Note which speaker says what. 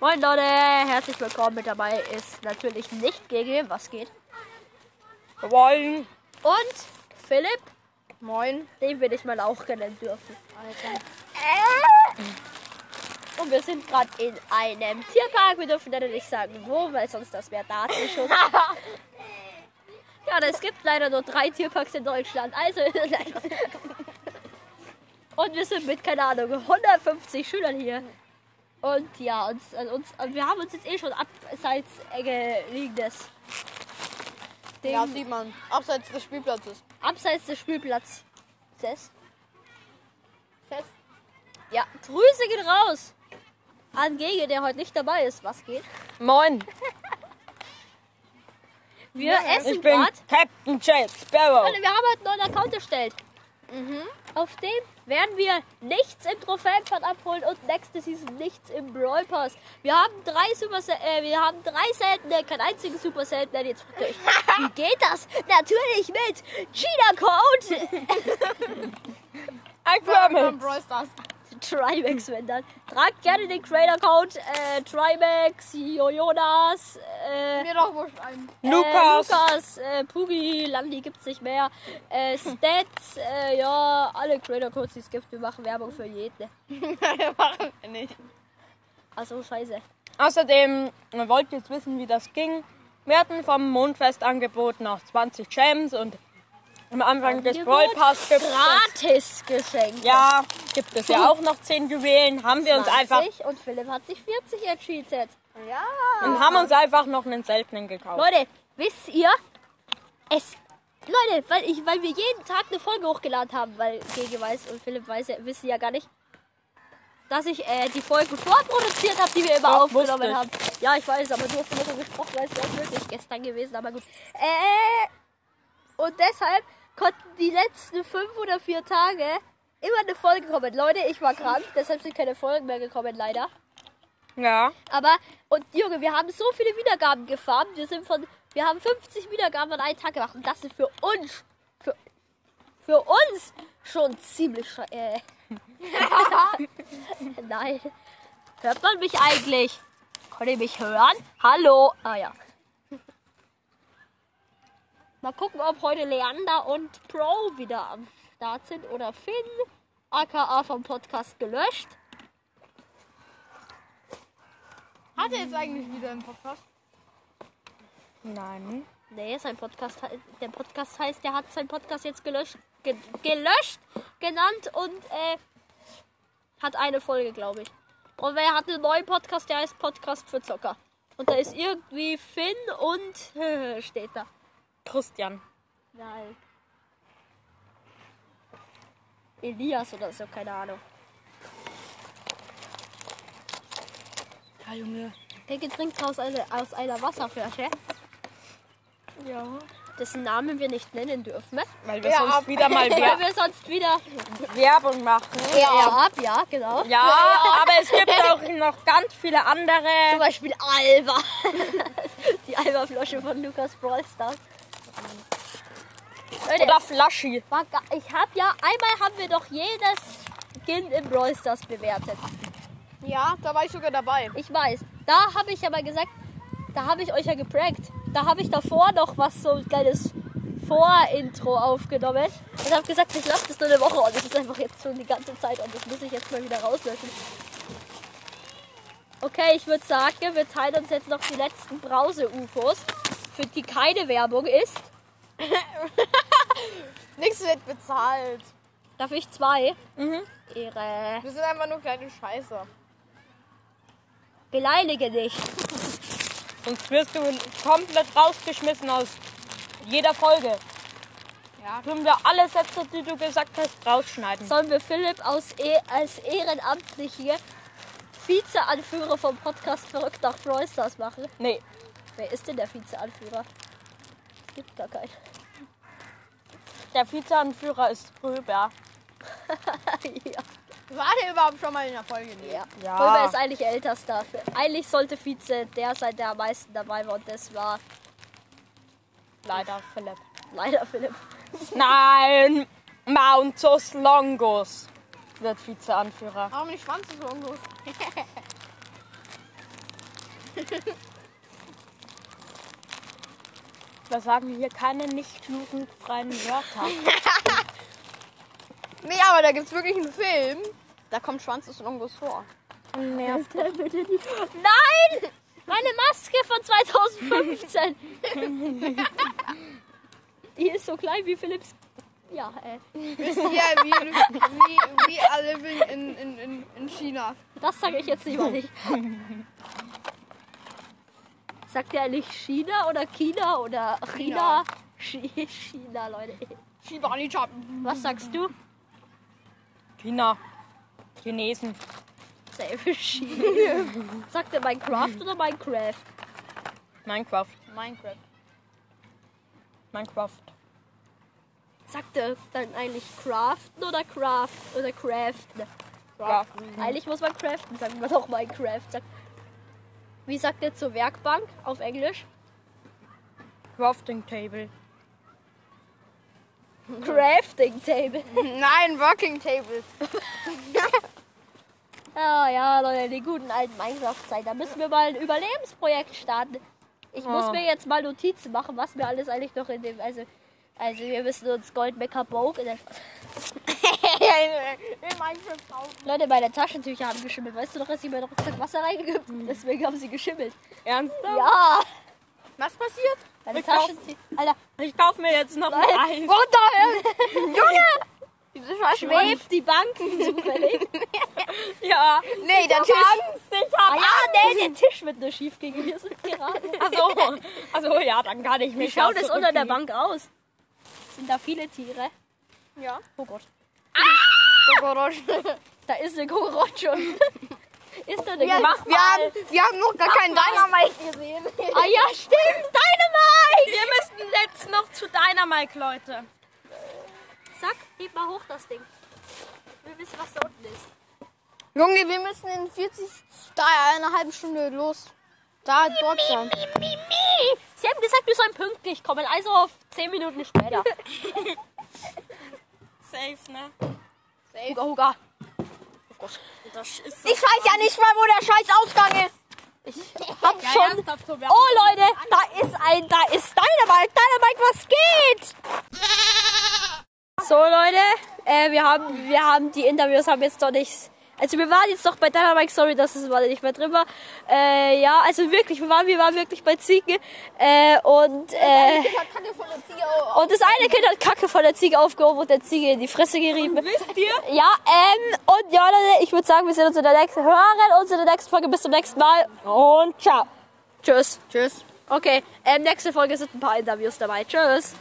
Speaker 1: Moin Leute, herzlich willkommen. Mit dabei ist natürlich nicht GG, was geht.
Speaker 2: Moin.
Speaker 1: Und Philipp,
Speaker 2: Moin.
Speaker 1: den wir nicht mal auch kennen dürfen. Äh?
Speaker 2: Alter.
Speaker 1: Und wir sind gerade in einem Tierpark. Wir dürfen leider nicht sagen wo, weil sonst das wäre Datenschutz. ja, es gibt leider nur drei Tierparks in Deutschland. Also Und wir sind mit, keine Ahnung, 150 Schülern hier. Und ja, uns, an uns, an- wir haben uns jetzt eh schon abseits Ecke liegendes Ding,
Speaker 2: Ja, sieht man. Abseits des Spielplatzes.
Speaker 1: abseits des Spielplatzes.
Speaker 2: Fest.
Speaker 1: Ja, Grüße gehen raus an Gege, der heute nicht dabei ist. Was geht?
Speaker 3: Moin,
Speaker 1: Wir essen
Speaker 3: ich bin
Speaker 1: gerade.
Speaker 3: Captain Jack Sparrow.
Speaker 1: Wir haben heute einen neuen Account erstellt.
Speaker 3: Mhm.
Speaker 1: Auf dem werden wir nichts im Trophäenpfad abholen und nächste Season nichts im Brawl Pass. Wir haben drei Super Sel- äh, wir haben drei seltene, kein einzigen Super seltenen. Jetzt fragt ihr euch, wie geht das? Natürlich mit Gina Code
Speaker 3: I
Speaker 2: Von
Speaker 3: promise.
Speaker 2: Brawl Stars.
Speaker 1: Trimax wenn dann. Tragt gerne den Creator Account äh, Trimax, Jonas, äh,
Speaker 2: Mir doch wurscht ein.
Speaker 3: Lukas.
Speaker 1: Äh, Lukas, äh, Pugi, Landi gibt's nicht mehr. Äh, Stats, äh, ja, alle Creator Codes, die es gibt. Wir machen Werbung für jeden.
Speaker 2: Wir machen wir nicht.
Speaker 1: Also scheiße.
Speaker 3: Außerdem, man wollte jetzt wissen, wie das ging. Wir hatten vom Mondfest angeboten noch 20 Gems und am Anfang des
Speaker 1: Angebot
Speaker 3: Brawl Pass gibt es.
Speaker 1: Gratis geschenkt.
Speaker 3: Ja, gibt es ja auch noch 10 Juwelen. Haben wir uns einfach
Speaker 1: Und Philipp hat sich 40 entschieden.
Speaker 2: Ja.
Speaker 3: und haben
Speaker 1: Ah.
Speaker 3: uns einfach noch einen seltenen gekauft.
Speaker 1: Leute, wisst ihr, es. Leute, weil, ich, weil wir jeden Tag eine Folge hochgeladen haben, weil Gege weiß und Philipp weiß, ja- wissen ja gar nicht, dass ich äh, die Folgen vorproduziert habe, die wir immer
Speaker 3: Doch, wusste
Speaker 1: aufgenommen
Speaker 3: ich.
Speaker 1: haben. Ja, ich weiß, aber du hast immer so gesprochen, weil es wäre wirklich gestern gewesen, aber gut. Äh, und deshalb konnten die letzten fünf oder vier Tage immer eine Folge kommen. Leute, ich war krank, deshalb sind keine Folgen mehr gekommen, leider.
Speaker 3: Ja.
Speaker 1: Aber, und Junge, wir haben so viele Wiedergaben gefarmt. Wir sind von, wir haben 50 Wiedergaben an einem Tag gemacht. Und das ist für uns, für, für uns schon ziemlich sche- äh. Nein. Hört man mich eigentlich? Könnt ihr mich hören? Hallo? Ah ja. Mal gucken, ob heute Leander und Pro wieder am Start sind oder Finn, aka vom Podcast gelöscht.
Speaker 2: Hat er jetzt eigentlich wieder einen Podcast?
Speaker 3: Nein.
Speaker 1: Nee, sein Podcast, he- der Podcast heißt, der hat seinen Podcast jetzt gelöscht, ge, gelöscht genannt und äh, hat eine Folge, glaube ich. Und er hat einen neuen Podcast, der heißt Podcast für Zocker. Und da ist irgendwie Finn und steht da.
Speaker 3: Christian.
Speaker 1: Nein. Elias oder so, keine Ahnung.
Speaker 3: Ja, Junge.
Speaker 1: Peggy trinkt aus einer, aus einer Wasserflasche,
Speaker 2: Ja.
Speaker 1: dessen Namen wir nicht nennen dürfen,
Speaker 3: Weil wir
Speaker 2: Ja, ab.
Speaker 3: sonst wieder mal
Speaker 1: weil
Speaker 3: Wer
Speaker 1: wir sonst wieder
Speaker 3: Werbung machen.
Speaker 1: ja. ab, ja, genau.
Speaker 3: Ja, aber es gibt auch noch ganz viele andere.
Speaker 1: Zum Beispiel Alba. Die Alba-Flasche von Lukas Brawlstars. Leute,
Speaker 3: Oder Flaschi.
Speaker 1: war ga- ich habe ja, einmal haben wir doch jedes Skin im Brawlstars bewertet.
Speaker 2: Ja, da war ich sogar dabei.
Speaker 1: Ich weiß, da habe ich aber gesagt, da habe ich euch ja geprankt. Da habe ich davor noch was so ein kleines Vorintro aufgenommen und habe gesagt, ich lasse das nur eine Woche und das ist einfach jetzt schon die ganze Zeit und das muss ich jetzt mal wieder rauslöschen. Okay, ich würde sagen, wir teilen uns jetzt noch die letzten Brause-UFOs, für die keine Werbung ist.
Speaker 2: Nichts wird bezahlt.
Speaker 1: Darf ich zwei?
Speaker 3: Mhm.
Speaker 1: Ehre.
Speaker 2: Wir sind einfach nur kleine Scheiße.
Speaker 1: Beleidige dich.
Speaker 3: Sonst wirst du komplett rausgeschmissen aus jeder Folge.
Speaker 2: Ja.
Speaker 3: Tun wir alle Sätze, die du gesagt hast, rausschneiden.
Speaker 1: sollen wir Philipp aus e als ehrenamtliche Vizeanführer vom Podcast Verrückt nach Brawl Stars machen.
Speaker 3: Nee,
Speaker 1: Wer ist denn der Vizeanführer? Es gibt gar keinen.
Speaker 3: der Vizeanführer ist Röber.
Speaker 1: ja.
Speaker 2: War der überhaupt schon mal in der Folge? Nee.
Speaker 1: ja.
Speaker 3: Ja.
Speaker 1: Römer ist eigentlich ältester. Eigentlich sollte Vize der sein, der am meisten dabei war. Und das war
Speaker 3: Leider, Philipp.
Speaker 1: leider Philipp.
Speaker 3: Nein, Mountos Longus wird Vizeanführer.
Speaker 2: Warum nicht Schwanz ist so unlos?
Speaker 3: Wir sagen hier keine nicht jugendfreien Wörter.
Speaker 2: Nee, aber da gibt's wirklich einen Film. Da kommt Schwanz ist Ungus vor.
Speaker 3: Nervt.
Speaker 1: Nein! Meine Maske von 2015. Die ist so klein wie Philips. Ja, äh,
Speaker 2: Wisst ihr, wie, wie, wie alle in, in, in, in China.
Speaker 1: das sage ich jetzt lieber nicht. Sagt ihr eigentlich China oder China oder China? Chi- China, Leute.
Speaker 2: Shibani Chappen.
Speaker 1: Was sagst du?
Speaker 3: China. Chinesen.
Speaker 1: Safe China. Sagt ihr Minecraft oder Minecraft?
Speaker 3: Minecraft.
Speaker 2: Minecraft.
Speaker 3: Minecraft.
Speaker 1: Sagt ihr dann eigentlich Craften oder Craft oder Craften?
Speaker 3: Craft.
Speaker 1: Eigentlich muss man craften, sagen wir doch Minecraft. Sagt- Wie sagt ihr zur Werkbank auf Englisch?
Speaker 3: Crafting Table.
Speaker 1: Crafting Table.
Speaker 2: Nein, Working Table.
Speaker 1: Ah ja, Leute, die guten alten Minecraft-Zeit. Da müssen wir mal ein Überlebensprojekt starten. Ich muss
Speaker 3: Oh.
Speaker 1: mir jetzt mal Notizen machen, was wir alles eigentlich noch in dem. Also, also wir müssen uns Goldmecker Bogue. in der-
Speaker 2: in Minecraft kaufen.
Speaker 1: Leute, meine Taschentücher haben geschimmelt. Weißt du noch, dass ich mir noch ein Stück Wasser reingegeben habe? Deswegen haben sie geschimmelt.
Speaker 3: Ernsthaft?
Speaker 1: Mhm. Ja!
Speaker 2: Was passiert?
Speaker 1: Meine
Speaker 3: Ich glaub-
Speaker 1: Taschentücher. Alter,
Speaker 3: Ich kaufe mir jetzt noch
Speaker 1: Nein.
Speaker 3: ein Eis.
Speaker 2: Runter! Junge! Diese Scheiße.
Speaker 1: schwebt die Banken zufällig.
Speaker 3: Ja.
Speaker 2: Nee, der Tisch.
Speaker 3: Angst, ich
Speaker 1: Ah
Speaker 3: hab
Speaker 1: ja, nee, der Tisch wird nur schief gegen wir sind gerade.
Speaker 3: Also, also ja, dann kann ich
Speaker 1: Wie
Speaker 3: mich
Speaker 1: schaut
Speaker 3: ja
Speaker 1: es unter der
Speaker 3: zurücklehnen.
Speaker 1: Bank aus? Sind da viele Tiere?
Speaker 2: Ja.
Speaker 1: Oh Gott.
Speaker 2: Wir,
Speaker 1: Da ist eine Kokorotsche. ist da eine Mach
Speaker 2: wir,
Speaker 1: mal.
Speaker 2: haben, wir haben noch gar keinen Dynamite gesehen.
Speaker 1: Ah ja, stimmt. Dynamite.
Speaker 3: Wir müssen jetzt noch zu Dynamike, Leute.
Speaker 1: Zack, heb mal hoch das Ding. Wir wissen, was da unten ist.
Speaker 2: Junge, wir müssen in 40, da einer halben Stunde los. Da, dort sein.
Speaker 1: Sie haben gesagt, wir sollen pünktlich kommen, also auf 10 Minuten später.
Speaker 3: Safe, ne?
Speaker 1: Huga, huga.
Speaker 3: Das ist
Speaker 2: Ich weiß ja nicht mal, wo der scheiß Ausgang ist.
Speaker 1: Hab schon. Oh Leute, da ist ein, da ist Dynamite. Dynamite, was geht? So Leute, äh, wir haben, wir haben die Interviews haben jetzt noch nichts. Also wir waren jetzt noch bei Dynamite, sorry, dass es mal nicht mehr drin war. Äh, ja, also wirklich, wir waren, wir waren wirklich bei Ziegen. Äh, und, äh,
Speaker 2: Ich hab Kacke von der Ziege. Oh,
Speaker 1: und das eine Kind hat Kacke von der Ziege aufgehoben und der Ziege in die Fresse gerieben.
Speaker 3: Wisst ihr?
Speaker 1: Ja, ähm, und ja, Leute, ich würde sagen, wir sehen uns in der nächsten, hören uns in der nächsten Folge. Bis zum nächsten Mal und ciao. Tschüss.
Speaker 2: Tschüss.
Speaker 1: Okay, ähm, nächste Folge sind ein paar Interviews dabei. Tschüss.